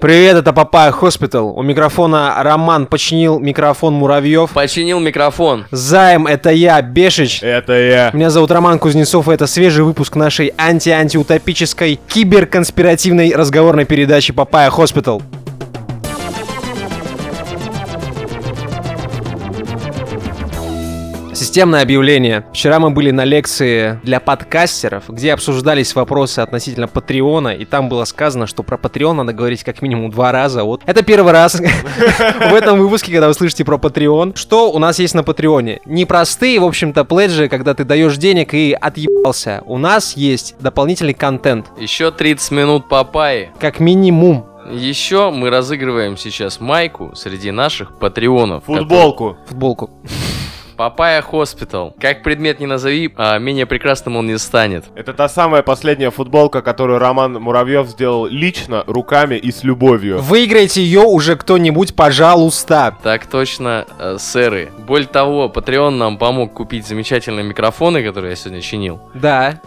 Привет, это Папая Хоспитал. У микрофона Роман починил микрофон Муравьев. Починил микрофон. Займ, это я, Бешич. Это я. Меня зовут Роман Кузнецов, и это свежий выпуск нашей анти-антиутопической киберконспиративной разговорной передачи Папая Хоспитал. Системное объявление. Вчера мы были на лекции для подкастеров, где обсуждались вопросы относительно Патреона, и там было сказано, что про Патреон надо говорить как минимум два раза. Вот это первый раз в этом выпуске, когда вы слышите про Патреон. Что у нас есть на Патреоне? Непростые, в общем-то, пледжи, когда ты даешь денег и отъебался. У нас есть дополнительный контент. Еще 30 минут папайи. Как минимум. Еще мы разыгрываем сейчас майку среди наших патреонов. Футболку. Футболку. Папая Хоспитал. Как предмет не назови, а менее прекрасным он не станет. Это та самая последняя футболка, которую Роман Муравьев сделал лично, руками и с любовью. Выиграйте ее уже кто-нибудь, пожалуйста. Так точно, э, сэры. Более того, Patreon нам помог купить замечательные микрофоны, которые я сегодня чинил. Да.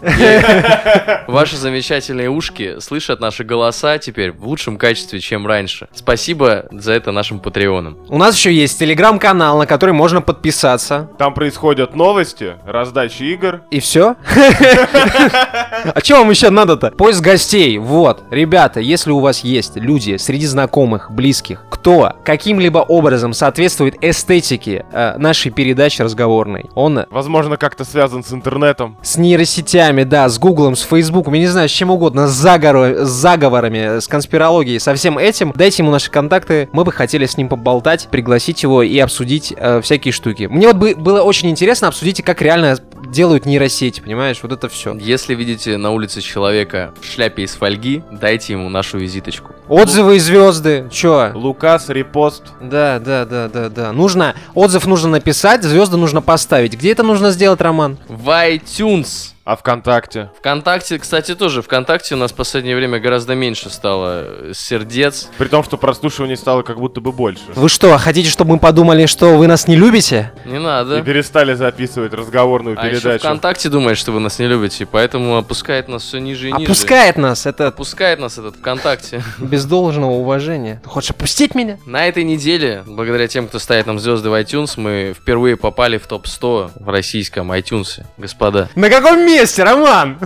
Ваши замечательные ушки слышат наши голоса теперь в лучшем качестве, чем раньше. Спасибо за это нашим патреонам. У нас еще есть телеграм-канал, на который можно подписаться. Там происходят новости, раздачи игр. И все? А чего вам еще надо-то? Поиск гостей. Вот, ребята, если у вас есть люди среди знакомых, близких, кто каким-либо образом соответствует эстетике э, нашей передачи разговорной, он Возможно, как-то связан с интернетом. с нейросетями, да, с Гуглом, с Фейсбуком, я не знаю, с чем угодно, с, загоро- с заговорами, с конспирологией, со всем этим, дайте ему наши контакты, мы бы хотели с ним поболтать, пригласить его и обсудить э, всякие штуки. Мне вот бы было очень интересно обсудить, как реально делают нейросети, понимаешь, вот это все. Если видите на улице человека в шляпе из фольги, дайте ему нашу визиточку. Отзывы и звезды, чё? Лукас, репост. Да, да, да, да, да. Нужно, отзыв нужно написать, звезды нужно поставить. Где это нужно сделать, Роман? В iTunes. А ВКонтакте? Вконтакте, кстати, тоже. Вконтакте у нас в последнее время гораздо меньше стало э, сердец. При том, что прослушиваний стало как будто бы больше. Вы что, хотите, чтобы мы подумали, что вы нас не любите? Не И надо. перестали записывать разговорную А еще передачу. ВКонтакте думает, что вы нас не любите, поэтому опускает нас все ниже и ниже. Опускает нас это Опускает нас этот ВКонтакте. без должного уважения. Ты хочешь опустить меня? На этой неделе, благодаря тем, кто ставит нам звезды в iTunes, мы впервые попали в топ-100 в российском iTunes, господа. На каком месте, Роман?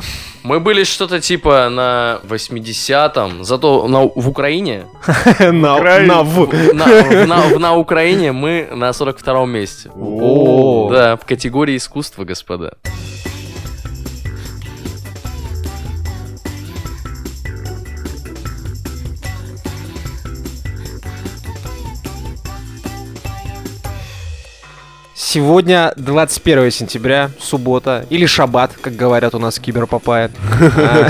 Мы были что-то типа на 80-м, зато на, в Украине, На, Украине. на в. на, в- на- в- на Украине мы на 42-м месте. О. Да, в категории искусства, господа. Сегодня 21 сентября, суббота, или шаббат, как говорят у нас киберпопая. А,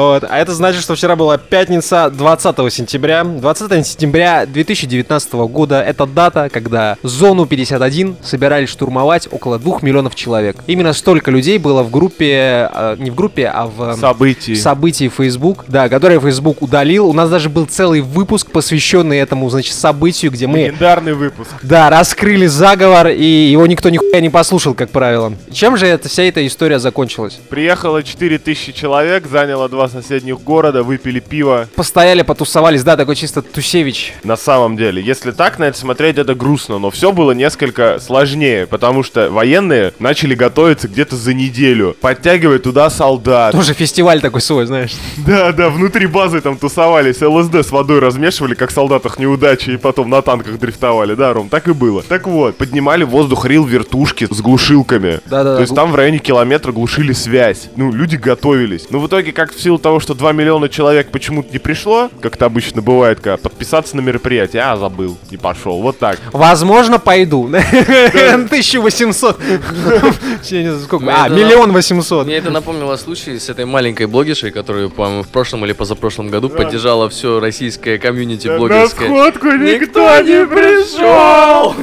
Вот. А это значит, что вчера была пятница 20 сентября. 20 сентября 2019 года это дата, когда зону 51 собирались штурмовать около 2 миллионов человек. Именно столько людей было в группе, э, не в группе, а в... эм, Событий. событий Facebook, да, которые Facebook удалил. У нас даже был целый выпуск, посвященный этому, значит, событию, где мы Легендарный выпуск. да, раскрыли заговор, и его никто нихуя не послушал, как правило. Чем же эта, вся эта история закончилась? Приехало 4000 человек, заняло два соседних города, выпили пиво. Постояли, потусовались, да, такой чисто Тусевич. На самом деле, если так на это смотреть, это грустно, но все было несколько сложнее, потому что военные начали готовиться где-то за неделю, подтягивая туда солдат. Тоже фестиваль такой свой, знаешь. Да, да, внутри базы там тусовались, ЛСД с водой размешивали, как в солдатах неудачи, и потом на танках дрифтовали, да, Ром, так и было. Так вот, поднимали в воздух рил вертушки с глушилками. Да-да-да, То есть гл- там в районе километра глушили связь. Ну, люди готовились. Но в итоге, как в силу того, что 2 миллиона человек почему-то не пришло, как это обычно бывает, когда подписаться на мероприятие, а, забыл, не пошел, вот так. Возможно, пойду. 1800. Я не знаю, сколько. Мне А, это миллион восемьсот. Мне это напомнило случай с этой маленькой блогершей, которую, по-моему, в прошлом или позапрошлом году поддержала все российское комьюнити блогерское. сходку никто не пришел!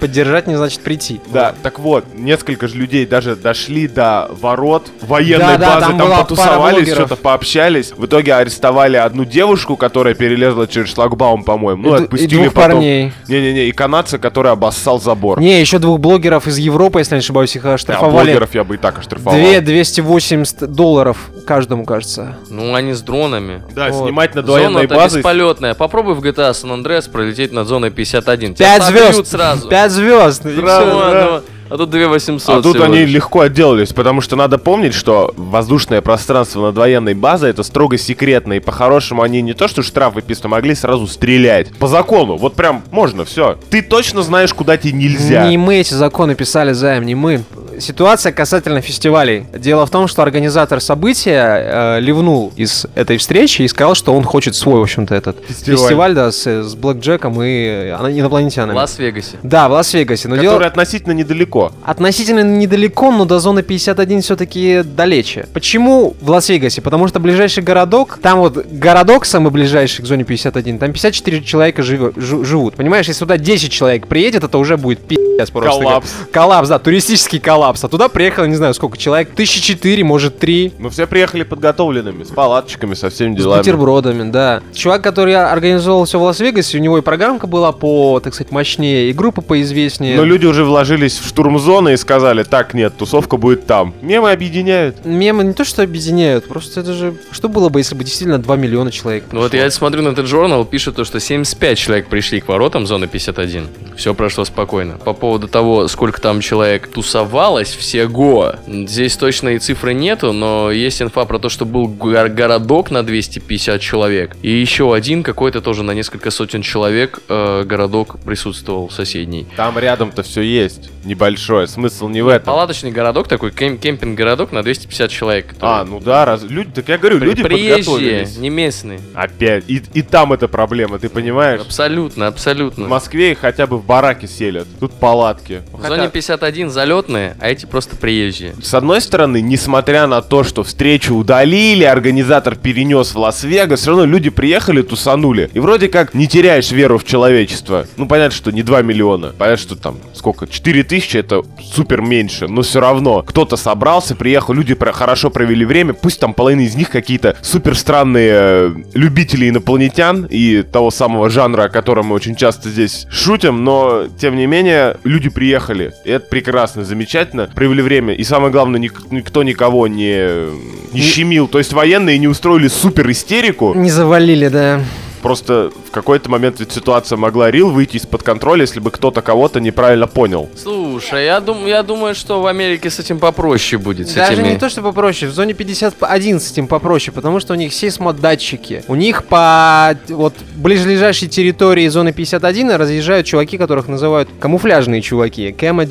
Поддержать не значит прийти. Да, так вот, несколько же людей даже дошли до ворот военной Да-да, базы, там там, была пара потусовались, блогеров. что-то ребята пообщались. В итоге арестовали одну девушку, которая перелезла через шлагбаум, по-моему. Ну, И ду- и отпустили двух потом. парней. Не-не-не, и канадца, который обоссал забор. Не, еще двух блогеров из Европы, если я не ошибаюсь, их А оштрафовали. блогеров я бы и так оштрафовал. Две 280 долларов каждому, кажется. Ну, они с дронами. Да, Вот. снимать над военной Зона-то базой. бесполетная. Попробуй в GTA San Andreas пролететь над зоной 51. Тебя Пять собьют звезд! сразу. Пять звезд! И всё, да. ну, А тут 2800 А тут всего они лишь. легко отделались, потому что надо помнить, что воздушное пространство над военной базой это строго секретно, и по-хорошему они не то что штраф выписывают, а могли сразу стрелять. По закону, вот прям можно, все. Ты точно знаешь, куда тебе нельзя. Не мы эти законы писали, Займ, не мы. Ситуация касательно фестивалей. Дело в том, что организатор события э, ливнул из этой встречи и сказал, что он хочет свой, в общем-то, этот Фестиваль. фестиваль, да, с, с Блэк Джеком и э, В инопланетянами. Лас-Вегасе. Да, в Лас-Вегасе. Но Который ну, дело относительно недалеко. относительно недалеко, но до зоны 51 все-таки далече. Почему в Лас-Вегасе? Потому что ближайший городок, там вот городок самый ближайший к зоне 51, там 54 человека живё- жу- живут. Понимаешь, если сюда 10 человек приедет, это уже будет пи***ц просто. Коллапс. Коллапс, да, туристический коллапс. А туда приехало, не знаю, сколько человек, тысячи четыре, может, три. Мы Ну, все приехали подготовленными, с палаточками, со всеми С делами. бутербродами, да. Чувак, который организовал все в Лас-Вегасе, у него и программка была по, так сказать, мощнее, и группа поизвестнее. Ну, Но люди уже вложились в штурм зоны и сказали, так, нет, тусовка будет там. Мемы объединяют. Мемы не то что объединяют, просто это же... Что было бы, если бы действительно 2 миллиона человек Ну вот пришло? я смотрю на этот журнал, пишет то, что 75 человек пришли к воротам зоны 51. Все прошло спокойно. По поводу того, сколько там человек тусовалось всего, здесь точно и цифры нету, но есть инфа про то, что был гор- городок на 250 человек. И еще один какой-то тоже на несколько сотен человек э, городок присутствовал соседний. Там рядом-то все есть. Небольшое. Смысл не в этом. Палаточный городок такой, кем- кемпинг-городок на 250 человек. который А, ну да, раз... люди, так я говорю, при- люди приезжие, подготовились. не местные. Опять. И, и там эта проблема, ты понимаешь? Абсолютно, абсолютно. В Москве их хотя бы в бараке селят. Тут палатки. В Хотя, зоне 51 залетные, а эти просто приезжие. С одной стороны, несмотря на то, что встречу удалили, организатор перенес в Лас-Вегас, все равно люди приехали, тусанули. И вроде как не теряешь веру в человечество. Ну, понятно, что не 2 миллиона. Понятно, что там сколько? 4 тысячи это супер меньше. Но все равно кто-то собрался, приехал, люди про- хорошо провели время. Пусть там половина из них какие-то супер странные э, любители инопланетян и того самого жанра, о котором мы очень часто здесь шутим, но тем не менее люди приехали. И это прекрасно, замечательно, провели время. И самое главное, ник- никто никого не, не щемил. То есть военные не устроили супер истерику. Не завалили, да. Просто в какой-то момент ведь ситуация могла рил выйти из-под контроля, если бы кто-то кого-то неправильно понял. Слушай, я, дум, я думаю, что в Америке с этим попроще будет. С Даже этими- не то, что попроще. В зоне 51 с этим попроще, потому что у них сейсмодатчики. У них по вот ближайшей территории зоны 51 разъезжают чуваки, которых называют камуфляжные чуваки, кэма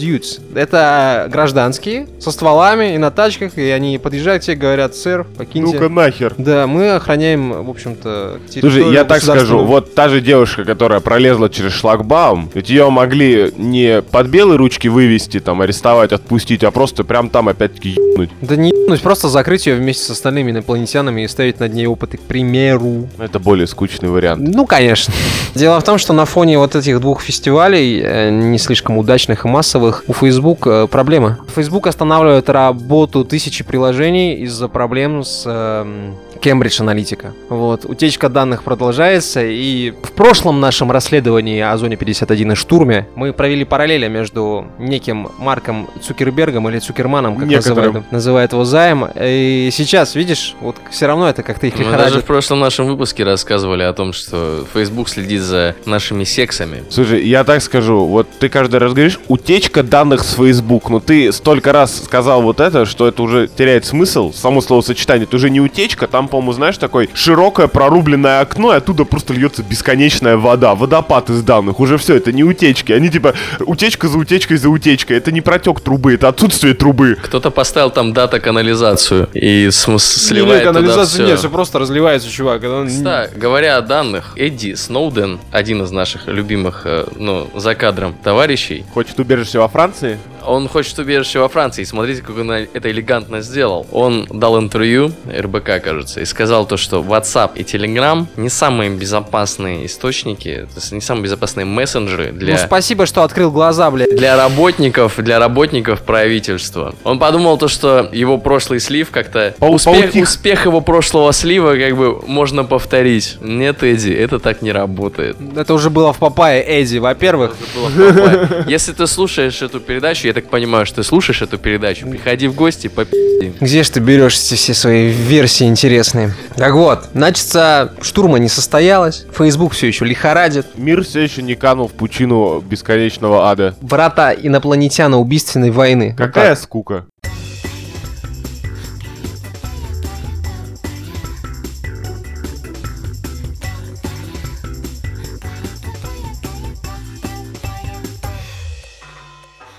Это гражданские со стволами и на тачках, и они подъезжают к тебе, говорят, сэр, покиньте. Ну-ка нахер. Да, мы охраняем, в общем-то, территорию. Слушай, я так скажу, государственную. вот та же девушка, которая пролезла через шлагбаум, ведь ее могли не под белые ручки вывести, там, арестовать, отпустить, а просто прям там опять-таки ебнуть. Да не ебнуть, просто закрыть ее вместе с остальными инопланетянами и ставить над ней опыты, к примеру. Это более скучный вариант. Ну, конечно. Дело в том, что на фоне вот этих двух фестивалей, э, не слишком удачных и массовых, у Facebook э, проблемы. Facebook останавливает работу тысячи приложений из-за проблем с эм, Cambridge Analytica. Вот. Утечка данных продолжается, и в прошлом нашем расследовании о Зоне 51 и штурме мы провели параллели между неким Марком Цукербергом или Цукерманом, как Некоторым. называют, называет его займ. И сейчас, видишь, вот все равно это как-то Ну, их Мы лихорадит. даже в прошлом нашем выпуске рассказывали о том, что Facebook следит за нашими сексами. Слушай, я так скажу, вот ты каждый раз говоришь, утечка данных с Facebook, но ты столько раз сказал вот это, что это уже теряет смысл, само словосочетание, это уже не утечка, там, по-моему, знаешь, такое широкое прорубленное окно, и оттуда просто льется бесконечная вода, водопад из данных, уже все, это не утечки, они типа утечка за утечкой за утечкой, это не протек трубы, это отсутствие трубы. Кто-то поставил там дата канализацию и см- сливает туда все. просто разливается, чувак. Кстати, говоря о данных, Эдди Сноуден, один из наших любимых, э, ну, за кадром товарищей, Хочет убежище во Франции? Он хочет убежище во Франции. Смотрите, как он это элегантно сделал. Он дал интервью, РБК, кажется, и сказал то, что WhatsApp и Telegram не самые безопасные источники, то есть не самые безопасные мессенджеры для... Ну, спасибо, что открыл глаза, блядь. для работников, для работников правительства. Он подумал то, что его прошлый слив как-то Пау- успех, паутик. успех его прошлого слива как бы можно повторить. Нет, Эдди, это так не работает. Это уже было в Папае, Эдди, во-первых. Если ты слушаешь эту передачу, я так понимаю, что ты слушаешь эту передачу, приходи в гости, попи. Где же ты берешь эти все свои версии интересные? Так вот, значится, штурма не состоялась, Facebook все еще лихорадит, Мир все еще не канул в пучину бесконечного ада. врата инопланетяна убийственной войны. Какая скука.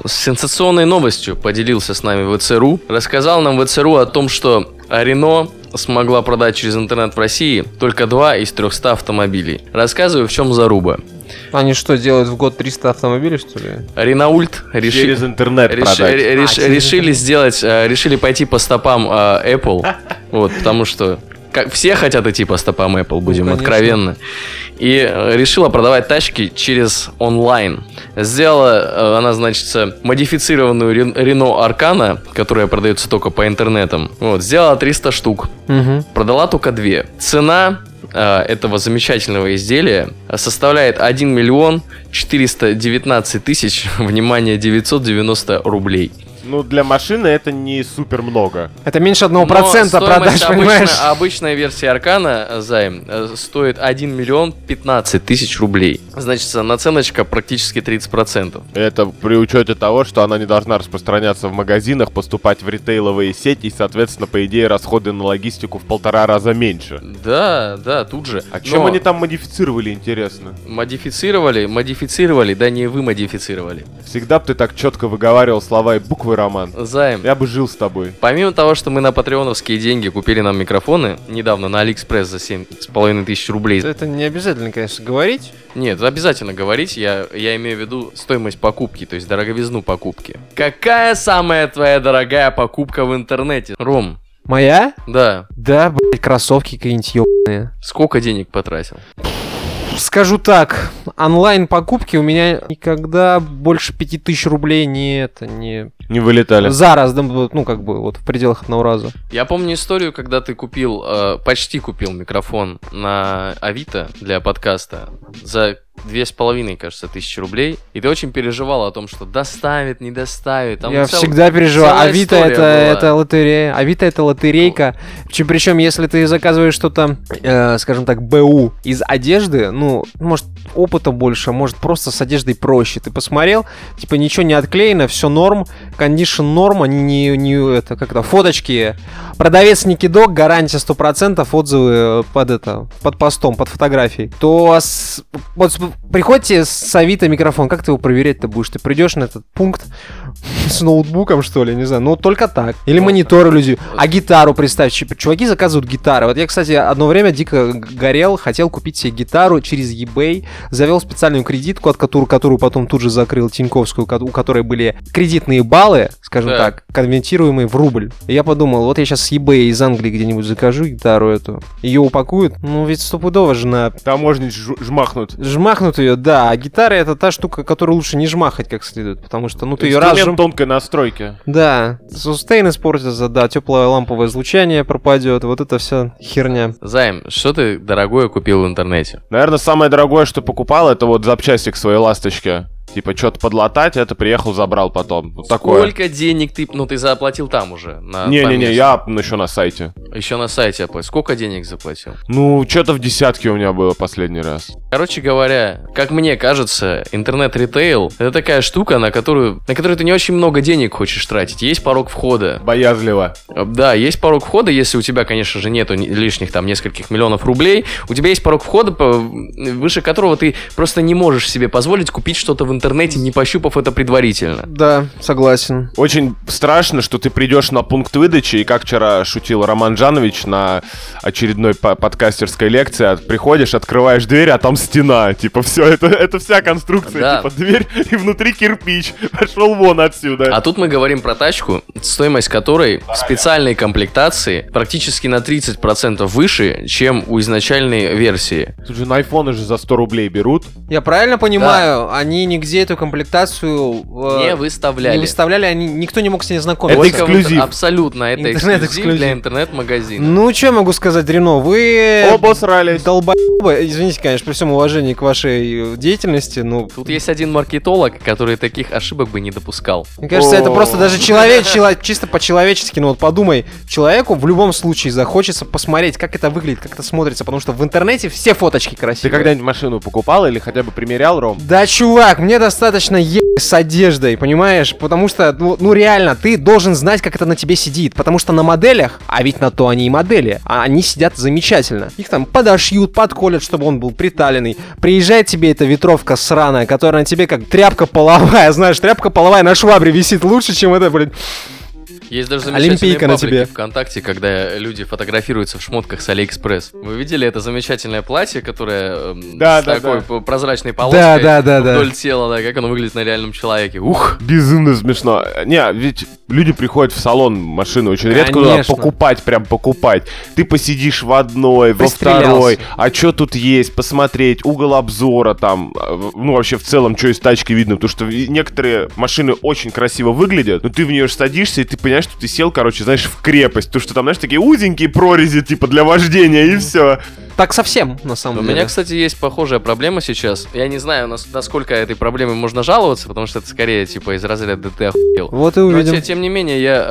С сенсационной новостью поделился с нами ВЦРУ. Рассказал нам ВЦРУ о том, что Рено смогла продать через интернет в России только два из 300 автомобилей. Рассказываю, в чем заруба. Они что, делают в год 300 автомобилей, что ли? Ренаульт решили... Через интернет Реш- продать. ре- реш- А, через решили сделать, э, решили пойти по стопам э, Apple, вот, потому что как, все хотят идти по стопам Apple, будем Ну, конечно. откровенны. И э, решила продавать тачки через онлайн. Сделала э, она, значит, модифицированную Рен- Рено Аркана, которая продается только по интернетам. Вот, сделала 300 штук. Угу. Продала только две. Цена э, этого замечательного изделия составляет 1 миллион 419 тысяч, внимание, 990 рублей. Ну, для машины это не супер много. Это меньше Ну, одного Но процента стоимость продаж, обычно- понимаешь? Обычная версия Аркана, э, займ, э, стоит 1 миллион 15 тысяч рублей. Значит, наценочка практически 30%. Это при учете того, что она не должна распространяться в магазинах, поступать в ритейловые сети и, соответственно, по идее, расходы на логистику в полтора раза меньше. Да, да, тут же. А Но чем они там модифицировали, интересно? Модифицировали, модифицировали, да не вы модифицировали. Всегда б ты так четко выговаривал слова и буквы, Роман. Займ. Я бы жил с тобой. Помимо того, что мы на патреоновские деньги купили нам микрофоны недавно на Алиэкспресс за 7,5 тысяч рублей. Это не обязательно, конечно, говорить. Нет, обязательно говорить, я, я имею в виду стоимость покупки, то есть дороговизну покупки. Какая самая твоя дорогая покупка в интернете? Ром, Моя? да, Да, блядь, кроссовки какие-нибудь ебаные. сколько денег потратил? Скажу так, онлайн-покупки у меня никогда больше 5000 рублей не это, не... Не вылетали. За раз, да, вот, ну, как бы, вот в пределах одного раза. Я помню историю, когда ты купил, э, почти купил микрофон на Авито для подкаста за две с половиной, кажется, тысячи рублей, и ты очень переживал о том, что доставит, не доставит. там Я цел- всегда переживаю. целая Авито история это, была. это лотерея. Авито это лотерейка. Чем, причем, если ты заказываешь что-то, э, скажем так, БУ из одежды, ну, может, опыта больше, может, просто с одеждой проще. Ты посмотрел, типа ничего не отклеено, все норм, кондишн норм, они не, не это как-то фоточки. Продавец Никидок, гарантия 100%, отзывы э, под это, под постом, под фотографией. То с- вот с- приходите с Авито микрофон, как ты его проверять-то будешь? Ты придешь на этот пункт, с ноутбуком, что ли, не знаю. Ну, только так. Или Вот мониторы люди. А гитару представь, чип- чуваки заказывают гитары. Вот я, кстати, одно время дико г- горел, хотел купить себе гитару через eBay, завел специальную кредитку, от которую, которую потом тут же закрыл Тиньковскую, ко- у которой были кредитные баллы, скажем Да. так, конвертируемые в рубль. И я подумал, вот я сейчас с eBay из Англии где-нибудь закажу гитару эту, ее упакуют. Ну, ведь стопудово же на Таможнить жу- жмахнут. Жмахнут ее, да. А гитара это та штука, которую лучше не жмахать как следует, потому что, ну, ты ее раз жм- Инструмент тонкой настройки. да, сустейн испортится, да, теплое ламповое излучение пропадет, вот это вся херня. Займ, что ты дорогое купил в интернете? Наверное, самое дорогое, что покупал, это вот запчастик своей ласточки. Типа, что-то подлатать, это приехал, забрал потом. Вот такое. Сколько денег ты... Ну, ты заплатил там уже. на- там Не-не-не, есть. я еще на сайте. Еще на сайте оплатил. Сколько денег заплатил? Ну, что-то в десятке у меня было последний раз. Короче говоря, как мне кажется, интернет-ритейл — это такая штука, на которую, на которую ты не очень много денег хочешь тратить. Есть порог входа. Боязливо. Э, Да, есть порог входа, если у тебя, конечно же, нету ни- лишних там нескольких миллионов рублей. У тебя есть порог входа, по- выше которого ты просто не можешь себе позволить купить что-то в интернете, не пощупав это предварительно. Да, согласен. Очень страшно, что ты придешь на пункт выдачи, и как вчера шутил Роман Жанович на очередной по- подкастерской лекции, от- приходишь, открываешь дверь, а там стена, типа, все, это, это вся конструкция, Да. типа, дверь и внутри кирпич, пошел вон отсюда. А тут мы говорим про тачку, стоимость которой в специальной комплектации практически на 30% выше, чем у изначальной версии. Тут же на айфоны же за 100 рублей берут. Я правильно понимаю, они нигде эту комплектацию э, Не не выставляли. выставляли, они, никто не мог с ней Это знакомиться. Только в интер- эксклюзив. Абсолютно, это Интернет-эксклюзив. эксклюзив для интернет-магазина. Ну, что я могу сказать, Рено, вы... Обосрались. долбоебы. Извините, конечно, при всем уважении к вашей э, деятельности, ну... Тут есть один маркетолог, который таких ошибок бы не допускал. Мне кажется, это О. просто даже человек, чело- чисто по-человечески, ну вот подумай, человеку в любом случае захочется посмотреть, как это выглядит, как это смотрится, потому что в интернете все фоточки Ты красивые. когда-нибудь машину покупал или хотя бы примерял, Ром? Да, чувак, мне достаточно е с одеждой, понимаешь? Потому что, ну, ну реально, ты должен знать, как это на тебе сидит. Потому что на моделях, а ведь на то они и модели, а они сидят замечательно. Их там подошьют, подколят, чтобы он был приталенный. Приезжает тебе эта ветровка сраная, которая на тебе как тряпка половая. Знаешь, тряпка половая на швабре висит лучше, чем это, блин. Есть даже замечательные Олимпийка на паблики тебе. ВКонтакте, когда люди фотографируются в шмотках с Алиэкспресс. Вы видели это замечательное платье, которое эм, Да, с да, такой да. п- прозрачной полоской да, да, да. вдоль тела, да, как оно выглядит на реальном человеке. Ух! Безумно смешно. Не, ведь люди приходят в салон машины очень редко туда Конечно. покупать, прям покупать. Ты посидишь в одной, во Пристрелялся. второй. А что тут есть? Посмотреть угол обзора там. э, Ну, вообще в целом, что из тачки видно. Потому что и- некоторые машины очень красиво выглядят, но ты в нее садишься, и ты понимаешь, что ты сел, короче, знаешь, в крепость. То, что там, знаешь, такие узенькие прорези, типа, для вождения, и все. Так совсем, на самом У деле. меня, кстати, есть похожая проблема сейчас. Я не знаю, нас- насколько этой проблеме можно жаловаться, потому что это скорее типа из разряда «Да ты охуел». Вот и Но увидим. те- тем не менее, я,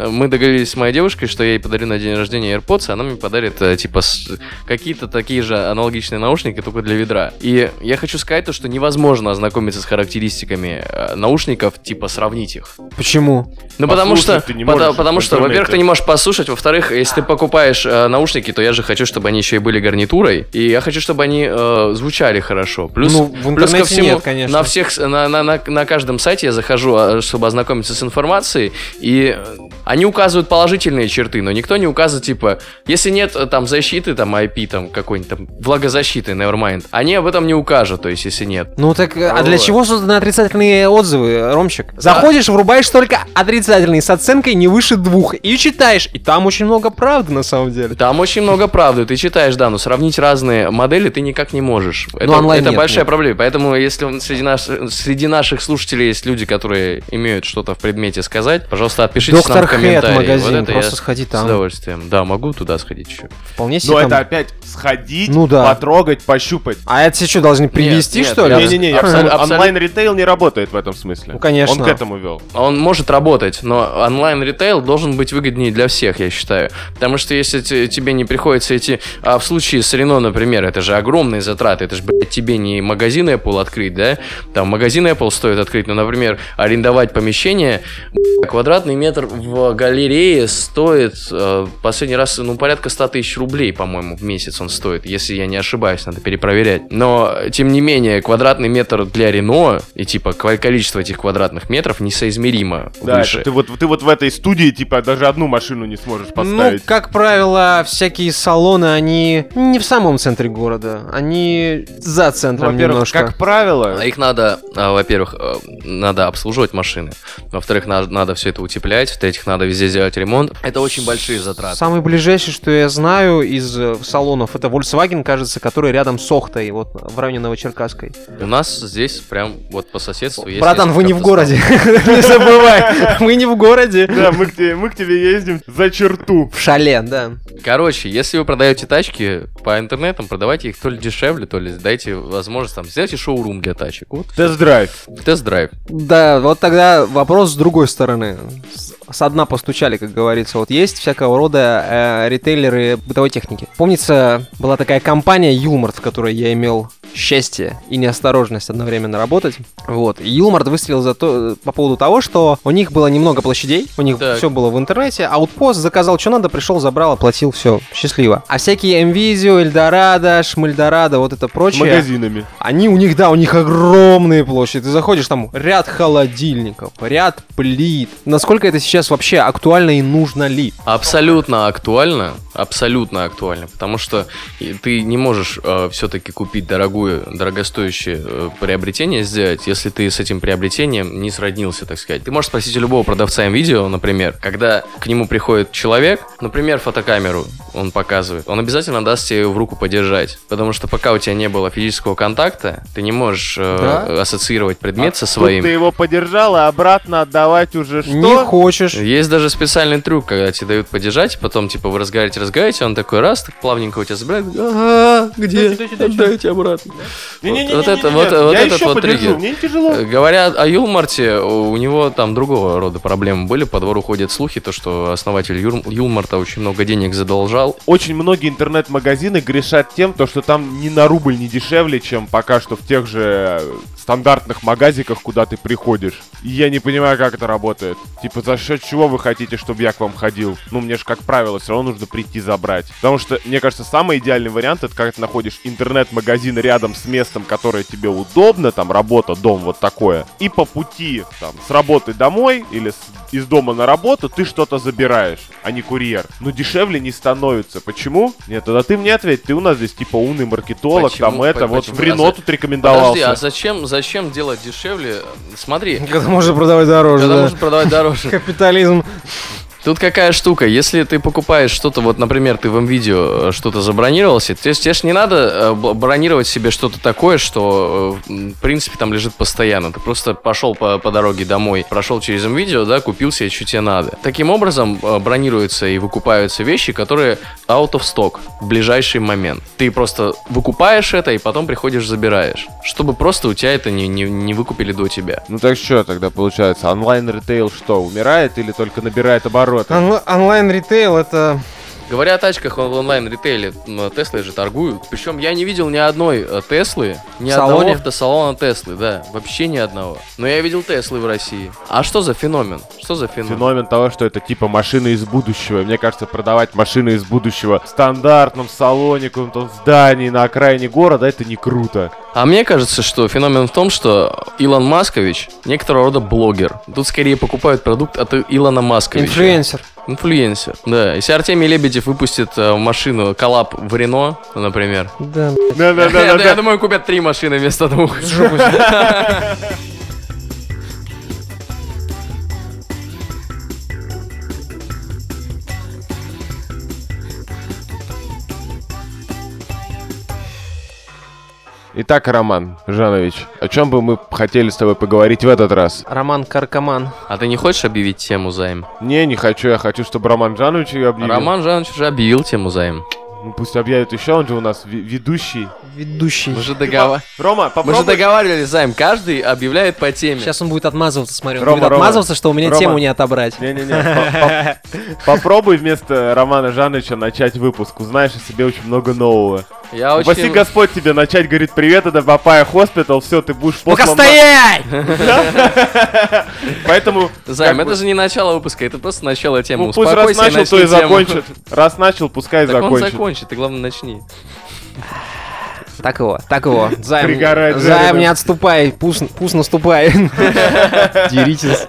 э, мы договорились с моей девушкой, что я ей подарю на день рождения AirPods, и она мне подарит, э, типа, с- какие-то такие же аналогичные наушники, только для ведра. И я хочу сказать то, что невозможно ознакомиться с характеристиками э, наушников, типа, сравнить их. Потому Ну, потому что, Послушать ты не пота- можешь потому, в что, интернете. во-первых, ты не можешь послушать, во-вторых, если ты покупаешь э, наушники, то я же хочу, чтобы они еще и были гарнитурой, и я хочу, чтобы они э, звучали хорошо. Плюс, Ну, в плюс ко интернете всему, нет, конечно. на всех, с- на, на, на, на каждом сайте я захожу, э, чтобы ознакомиться с информацией, и э, они указывают положительные черты, но никто не указывает, типа, если нет э, там защиты, там IP, там какой-нибудь там влагозащиты, nevermind, они об этом не укажут, то есть если нет. Ну так, э, а для Вот. чего созданы отрицательные отзывы, Ромчик? Заходишь, врубаешь только отрицательные с оценкой не выше двух и читаешь, и там очень много правды на самом деле. Там очень много правды, ты читаешь, да, но сравнить разные модели ты никак не можешь. Это, Ну, онлайн это нет, большая нет. проблема. Поэтому, если он- среди, наш- среди наших слушателей есть люди, которые имеют что-то в предмете сказать, пожалуйста, отпишитесь нам Доктор в Хэт комментарии. магазин, это просто я сходи С там. удовольствием. Да, могу туда сходить еще. Вполне Но себе. это там. опять сходить, Ну да. потрогать, пощупать. А это тебе что, должны привести, нет, что я- ли? Не-не-не, Абсолютно- абсолютно- абсолютно- онлайн-ритейл не работает в этом смысле. Ну, конечно. Он к этому вел. Он может работать, но онлайн-ритейл должен быть выгоднее для всех, я считаю. Потому что если те- тебе не приходится идти... А в случае с Рено, например, это же огромные затраты. Это же, блядь, тебе не магазин Apple открыть, да? Там магазин Apple стоит открыть, но, например, арендовать помещение... блядь, Квадратный метр в галерее стоит э, последний раз, ну, порядка 100 тысяч рублей, по-моему, в месяц он стоит, если я не ошибаюсь, надо перепроверять. Но, тем не менее, квадратный метр для Рено и, типа, ква- количество этих квадратных метров несоизмеримо Да, выше. это ты вот, ты вот в этой студии, типа, даже одну машину не сможешь Ну, поставить. как правило, всякие салоны, они не в самом центре города, они за Ну, центром во-первых, немножко. как правило, А Их надо, а, во-первых, э, надо обслуживать машины, во-вторых, на- надо все это утеплять, в-третьих, надо везде делать ремонт. Это очень большие затраты. Самый ближайший, что я знаю из э, салонов, это Volkswagen, кажется, который рядом с Охтой, вот в районе Новочеркасской. У нас здесь прям вот по соседству есть... Братан, вы не в несколько городе. Не забывай. Мы не в городе. да, мы к, тебе, мы к тебе ездим за черту. В шале, да. Короче, если вы продаете тачки по интернетам, продавайте их то ли дешевле, то ли дайте возможность там сделайте шоурум для тачек. Вот, Тест-драйв. тест-драйв. Да, вот тогда вопрос с другой стороны. С- Со дна постучали, как говорится. Вот есть всякого рода э, ритейлеры бытовой техники. Помнится, была такая компания Юлмарт, в которой я имел счастье и неосторожность одновременно работать. Вот. И Юлмарт выстрелил за то, по поводу того, что у них было немного площадей, у них Так. все было в интернете, Аутпост заказал, что надо, пришел, забрал, оплатил, все, счастливо. А всякие MVideo, Эльдорадо, Шмальдорадо, вот это С прочее. магазинами. Они у них, да, у них огромные площади. Ты заходишь, там ряд холодильников, ряд плит. Насколько это сейчас вообще актуально и нужно ли? Абсолютно актуально. абсолютно актуально, потому что и ты не можешь все-таки купить дорогую, дорогостоящее э, приобретение сделать, если ты с этим приобретением не сроднился, так сказать. Ты можешь спросить у любого продавца видео, например, когда к нему приходит человек, например, фотокамеру он показывает, он обязательно даст тебе ее в руку подержать, потому что пока у тебя не было физического контакта, ты не можешь э, Да? ассоциировать предмет со А Тут своим. ты его подержал, а обратно отдавать уже что? Не хочешь. Есть даже специальный трюк, когда тебе дают подержать, и потом, типа, вы разговариваете, разговариваете, он такой раз, так плавненько у тебя забирает, ага, где? Отдайте обратно. Не-не-не-не-не-не, Вот это, вот- вот я этот еще вот подержу, триггер. Мне не тяжело. Э, Говоря о Юлмарте, у него там другого рода проблемы были. По двору ходят слухи, то, что основатель Юр- Юлмарта очень много денег задолжал. Очень многие интернет-магазины грешат тем, то, что там ни на рубль не дешевле, чем пока что в тех же э, стандартных магазиках, куда ты приходишь. И я не понимаю, как это работает. Типа, за счет чего вы хотите, чтобы я к вам ходил? Ну, мне же, как правило, все равно нужно прийти забрать. Потому что, мне кажется, самый идеальный вариант, это когда ты находишь интернет-магазин рядом с местом, которое тебе удобно, там, работа, дом, вот такое. И по пути, там, с работы домой или с из дома на работу, ты что-то забираешь, а не курьер. Но дешевле не становится. Почему? Нет, тогда ты мне ответь, ты у нас здесь типа умный маркетолог, Почему? там это, По- вот почему? в Рено А за- тут рекомендовался. Подожди, а зачем, зачем делать дешевле? Смотри, Когда можно продавать дороже, когда да. можно продавать дороже. Капитализм. Тут какая штука, если ты покупаешь что-то, вот, например, ты в МВидео э, что-то забронировался, то есть тебе ж не надо э, б- бронировать себе что-то такое, что, э, м, в принципе, там лежит постоянно. Ты просто пошел по, по дороге домой, прошел через МВидео, да, купил себе, что тебе надо. Таким образом э, бронируются и выкупаются вещи, которые out of stock в ближайший момент. Ты просто выкупаешь это и потом приходишь забираешь, чтобы просто у тебя это не, не, не выкупили до тебя. Ну так что тогда получается, онлайн-ритейл что, умирает или только набирает обороты? Онл- Онлайн-ритейл это... Говоря о тачках он- в онлайн-ритейле, м, Теслы же торгуют. Причем я не видел ни одной э, Теслы, ни В салоне? одного автосалона Теслы, да, вообще ни одного. Но я видел Теслы в России. А что за феномен? Что за феномен? Феномен того, что это типа машины из будущего. И Мне кажется, продавать машины из будущего в стандартном салоне, каком-то здании на окраине города, это не круто. А мне кажется, что феномен в том, что Илон Маскович некоторого рода блогер. Тут скорее покупают продукт от Илона Масковича. Инфлюенсер. Инфлюенсер, да. Если Артемий Лебедев выпустит э, машину коллаб в Рено, например, Да, я я думаю, купят три машины вместо двух. Итак, Роман Жанович, о чем бы мы хотели с тобой поговорить в этот раз? Роман Каркоман. А ты не хочешь объявить тему займ? Не, не хочу, я хочу, чтобы Роман Жанович ее объявил. Роман Жанович уже объявил тему займ. Ну пусть объявит еще, он же у нас ви- ведущий. Ведущий. Мы же, догова- Рома, Мы попробуй. же договаривались, займ. Каждый объявляет по теме. Сейчас он будет отмазываться, смотри. Он Рома, будет Рома. отмазываться, что у меня Рома. тему не отобрать. Не-не-не, по- по- попробуй вместо Романа Жановича начать выпуск. Узнаешь о себе очень много нового. Я Упаси А очень... Господь тебе начать, говорит, привет, это Папая Хоспитал, все, ты будешь Ну-ка, послан на- стоять! Поэтому... Займ, как это бы, же не начало выпуска, это просто начало темы. Ну пусть раз Успокойся и начал, то начни и тему. закончит. Раз начал, пускай и Так он закончит. закончит, ты главное начни. Так его, так его. Займ, Пригорай, займ, Джерри, не да. отступай, пусть, пусть наступай. Деритесь.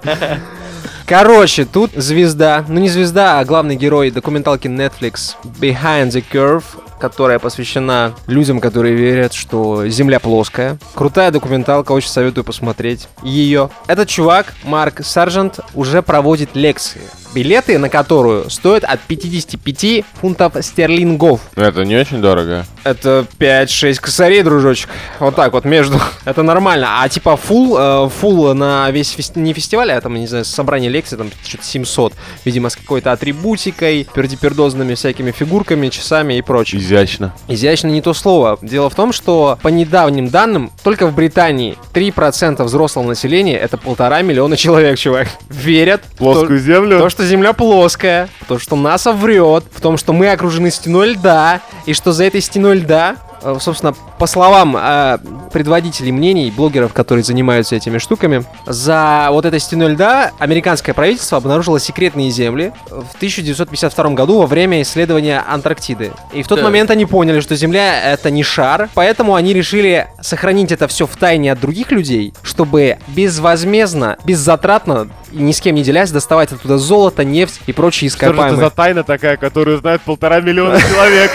Короче, тут звезда, ну не звезда, а главный герой документалки Netflix Behind the Curve, которая посвящена людям, которые верят, что Земля плоская. Крутая документалка, очень советую посмотреть ее. Этот чувак, Марк Саржант, уже проводит лекции, билеты на которую стоят от 55 фунтов стерлингов. Ну, Это не очень дорого. Это 5-6 косарей, дружочек. Вот так вот между. Это нормально. А типа фул, э, фул на весь фес- не фестиваль, а там, не знаю, собрание лекций, там что-то 700. Видимо, с какой-то атрибутикой, пердипердозными всякими фигурками, часами и прочим. Изящно. Изящно не то слово. Дело в том, что по недавним данным, только в Британии 3% взрослого населения, это полтора миллиона человек, чувак, верят в то- Плоскую землю? то, что Земля плоская, то, что НАСА врет, в том, что мы окружены стеной льда, и что за этой стеной льда э, собственно, по словам э, предводителей мнений, блогеров, которые занимаются этими штуками, за вот этой стеной льда американское правительство обнаружило секретные земли в 1952 году во время исследования Антарктиды. И в тот Так. момент они поняли, что Земля — это не шар, поэтому они решили сохранить это все в тайне от других людей, чтобы безвозмездно, беззатратно, и ни с кем не делясь, доставать оттуда золото, нефть и прочие Что же это ископаемые. за тайна такая, которую знает полтора миллиона человек?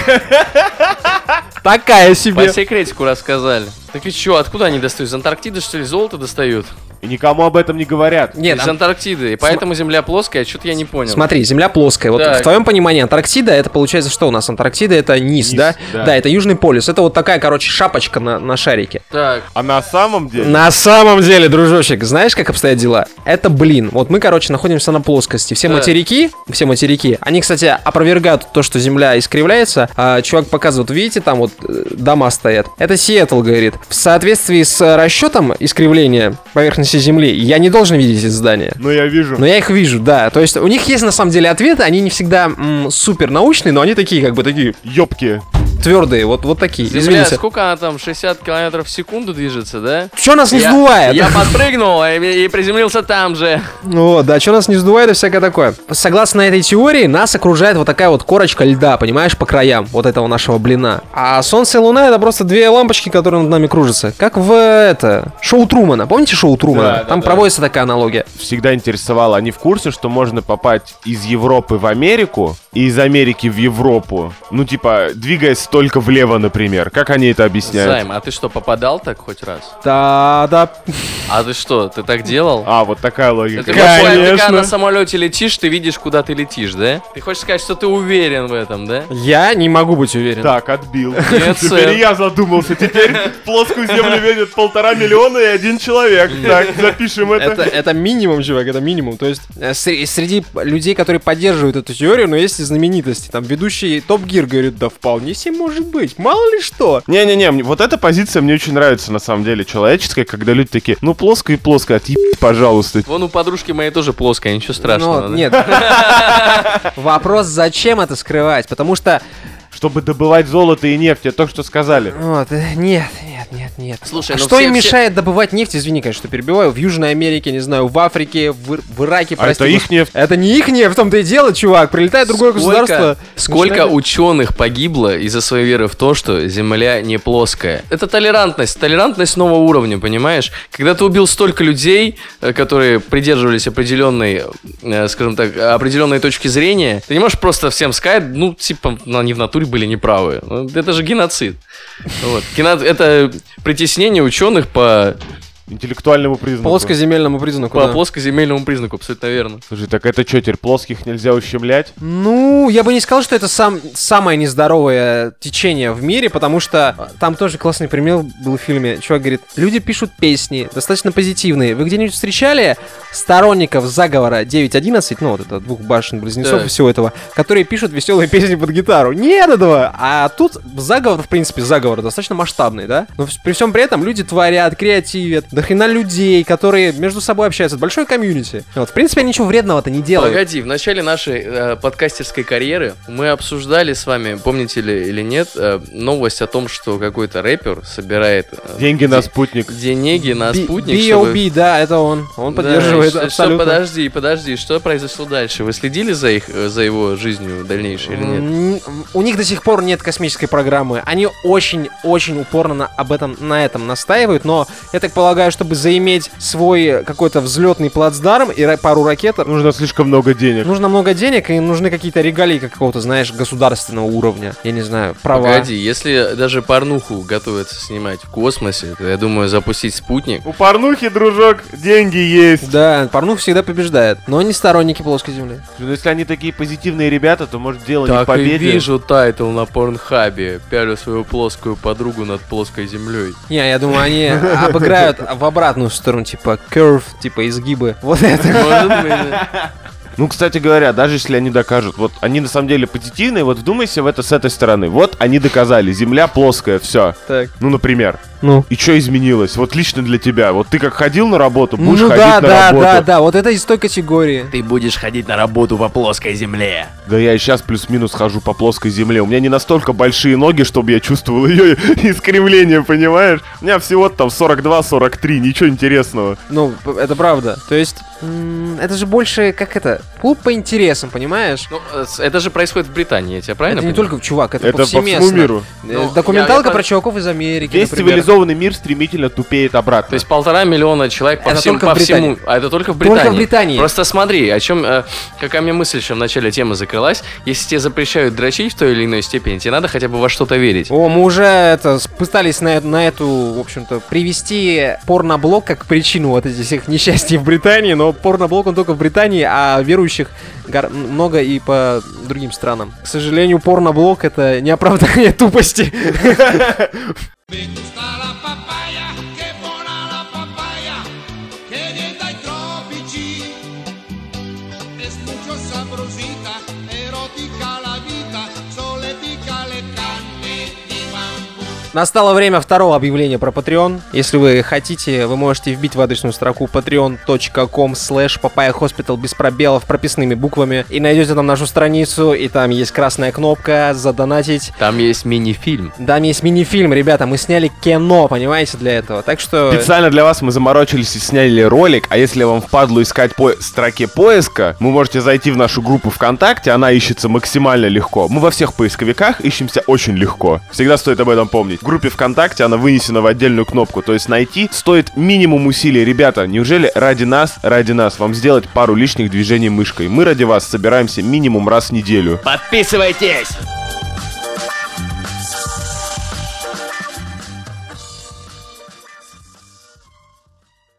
Такая По себе! секретику рассказали. Так и чё, откуда они достают? Из Антарктиды, что ли, золото достают? И никому об этом не говорят. Нет, Из Антарктиды. И поэтому Земля плоская, что-то я не понял. Смотри, Земля плоская. Вот Так. в твоем понимании Антарктида это получается что у нас? Антарктида это низ, Низ, да? да. это Южный полюс. Это вот такая, короче, шапочка на, на шарике. Так, А на самом деле... На самом деле, дружочек, знаешь, как обстоят дела? Это блин. Вот мы, короче, находимся на плоскости. Все Да. материки, все материки, они, кстати, опровергают то, что Земля искривляется. А, чувак показывает, видите, там вот э, дома стоят. Это Сиэтл говорит. В соответствии с расчетом искривления поверхности Земли, я не должен видеть это здание. Ну я вижу. Но я их вижу, да. То есть у них есть на самом деле ответы, они не всегда м, супер научные, но они такие, как бы такие Ёбки. твердые, вот, вот такие. Земля, Извините. сколько она там, 60 километров в секунду движется, да? Че нас не Я- сдувает? Я подпрыгнул и, и приземлился там же. О, да, что нас не сдувает и всякое такое. Согласно этой теории, нас окружает вот такая вот корочка льда, понимаешь, по краям вот этого нашего блина. А Солнце и Луна это просто две лампочки, которые над нами кружатся. Как в э, это шоу Трумана. Помните шоу Трумана? Да, да, Там да. проводится такая аналогия. Всегда интересовало, они в курсе, что можно попасть из Европы в Америку и из Америки в Европу? Ну, типа, двигаясь только влево, например. Как они это объясняют? Займ, а ты что, попадал так хоть раз? Да, да. А ты что, ты так делал? А, вот такая Ты, логика. вот понял, ты когда на самолете летишь, ты видишь, куда ты летишь, да? Ты хочешь сказать, что ты уверен в этом, да? Я не могу быть уверен. Так, отбил. Нет, сэр. Теперь я задумался. Теперь плоскую землю видит полтора миллиона и один человек. Так, запишем Это, это. это минимум, чувак, это минимум. То есть э, сре- среди людей, которые поддерживают эту теорию, но есть и знаменитости. Там ведущий Топ Гир говорит, да вполне себе может быть, мало ли что. Не-не-не, мне- вот эта позиция мне очень нравится, на самом деле, человеческая, когда люди такие, ну, плоско и плоско, отъебись, пожалуйста. Вон у подружки моей тоже плоская, ничего страшного. Но да? нет. Ну Вопрос, зачем это скрывать? Потому что... Чтобы добывать золото и нефть, это то, что сказали. Вот, э, нет, нет, нет, нет. Слушай, А ну что все- им все- мешает добывать нефть, извини, конечно, что перебиваю, в Южной Америке, не знаю, в Африке, в, Ир- в Ираке, А прости, это господи. их нефть. Это не их нефть, в том-то и дело, чувак. Прилетает другое Сколько- государство. Сколько начинает- ученых погибло из-за своей веры в то, что Земля не плоская? Это толерантность, толерантность нового уровня, понимаешь? Когда ты убил столько людей, э, которые придерживались определенной, э, скажем так, определенной точки зрения, ты не можешь просто всем сказать, ну, типа, ну, они в натуре были неправы. Ну, Это же геноцид. Вот. Гено- Это притеснение ученых по, Интеллектуальному признаку. Плоскоземельному признаку. по да. плоскоземельному признаку, абсолютно верно. Слушай, так это что, теперь плоских нельзя ущемлять? Ну, я бы не сказал, что это сам, самое нездоровое течение в мире, потому что там тоже классный пример был в фильме. Чувак говорит, люди пишут песни, достаточно позитивные. Вы где-нибудь встречали сторонников заговора 9.11, ну вот это двух башен, близнецов Так. и всего этого, которые пишут веселые песни под гитару? Нет этого! А тут заговор, в принципе, заговор достаточно масштабный, да? Но вс- при всем при этом люди творят, креативят, дохрена людей, которые между собой общаются, это большое комьюнити. Вот, в принципе, ничего вредного-то не делают. Погоди, в начале нашей э, подкастерской карьеры мы обсуждали с вами, помните ли или нет, э, новость о том, что какой-то рэпер собирает э, Деньги на спутник. деньги на Би- А, спутник, B.O.B., чтобы... да, это он. Он Да, поддерживает что- что- абсолютно. подожди, подожди, что произошло дальше? Вы следили за их, э, за его жизнью дальнейшей или нет? М, У них до сих пор нет космической программы. Они очень-очень упорно на, об этом, на этом настаивают, но я так полагаю, чтобы заиметь свой какой-то взлетный плацдарм и ра- пару ракет, ну, Нужно слишком много денег. нужно много денег и нужны какие-то регалии какого-то, знаешь, государственного уровня. Я не знаю, права. Погоди, если даже порнуху готовятся снимать в космосе, то я думаю запустить спутник. У порнухи, дружок, деньги есть. Да, порнух всегда побеждает, но не сторонники плоской земли. Ну, если они такие позитивные ребята, то, может, Ну, дело не в Так и победе. вижу тайтл на порнхабе. Пялю свою плоскую подругу над плоской землей. Не, я думаю, они обыграют в обратную сторону, типа curve, типа изгибы. Вот это. Может быть. Ну, кстати говоря, даже если они докажут, вот они на самом деле позитивные, вот вдумайся в это с этой стороны. Вот они доказали, Земля плоская, все. Так. Ну, например. Ну. И что изменилось? Вот лично для тебя. Вот ты как ходил на работу, будешь Ну ходить да, на да, работу. да, да, вот это из той категории. Ты будешь ходить на работу по плоской земле. Да я и сейчас плюс-минус хожу по плоской земле. У меня не настолько большие ноги, чтобы я чувствовал ее искривление, понимаешь? У меня всего там 42-43, ничего интересного. Ну, п- это правда. То есть, м, это же больше, как это, клуб по интересам, понимаешь? Ну, э, с- это же происходит в Британии, я тебя правильно Это не понимаю? только чувак, это, Это по всему повсеместно. миру. Э, Ну, Документалка я- я про пон- чуваков из Америки, Весь например. цивилизованный мир стремительно тупеет обратно. То есть полтора миллиона человек по, Это всем, только по в Британии. всему. А это только в Только в Британии. Британии. Просто смотри, о чем. э, какая мне мысль, чем в начале темы закрылась. Если тебе запрещают дрочить в той или иной степени, тебе надо хотя бы во что-то верить. О, мы уже это, с- пытались на, э- на эту, в общем-то, привести порноблок как причину вот этих всех несчастий в Британии, но порноблок он только в Британии, а верующих гор- м- много и по другим странам. К сожалению, порноблок это не оправдание тупости. Me gusta la papaya, che buona la papaya, che viene dai tropici. Es mucho sabrosita, erotica la vita, soletica le canne di bambù. Настало время второго объявления про Patreon. Если вы хотите, вы можете вбить в адресную строку patreon.com slash papaya hospital без пробелов прописными буквами и найдете там нашу страницу, и там есть красная кнопка «Задонатить». Там есть мини-фильм. Там есть мини-фильм, ребята, мы сняли кино, понимаете, для этого. Так что... Специально для вас мы заморочились и сняли ролик, а если вам впадло искать по строке поиска, вы можете зайти в нашу группу ВКонтакте, она ищется максимально легко. Мы во всех поисковиках ищемся очень легко. Всегда стоит об этом помнить. В группе ВКонтакте она вынесена в отдельную кнопку, то есть найти стоит минимум усилий. Ребята, неужели ради нас, ради нас вам сделать пару лишних движений мышкой? Мы ради вас собираемся минимум раз в неделю. Подписывайтесь!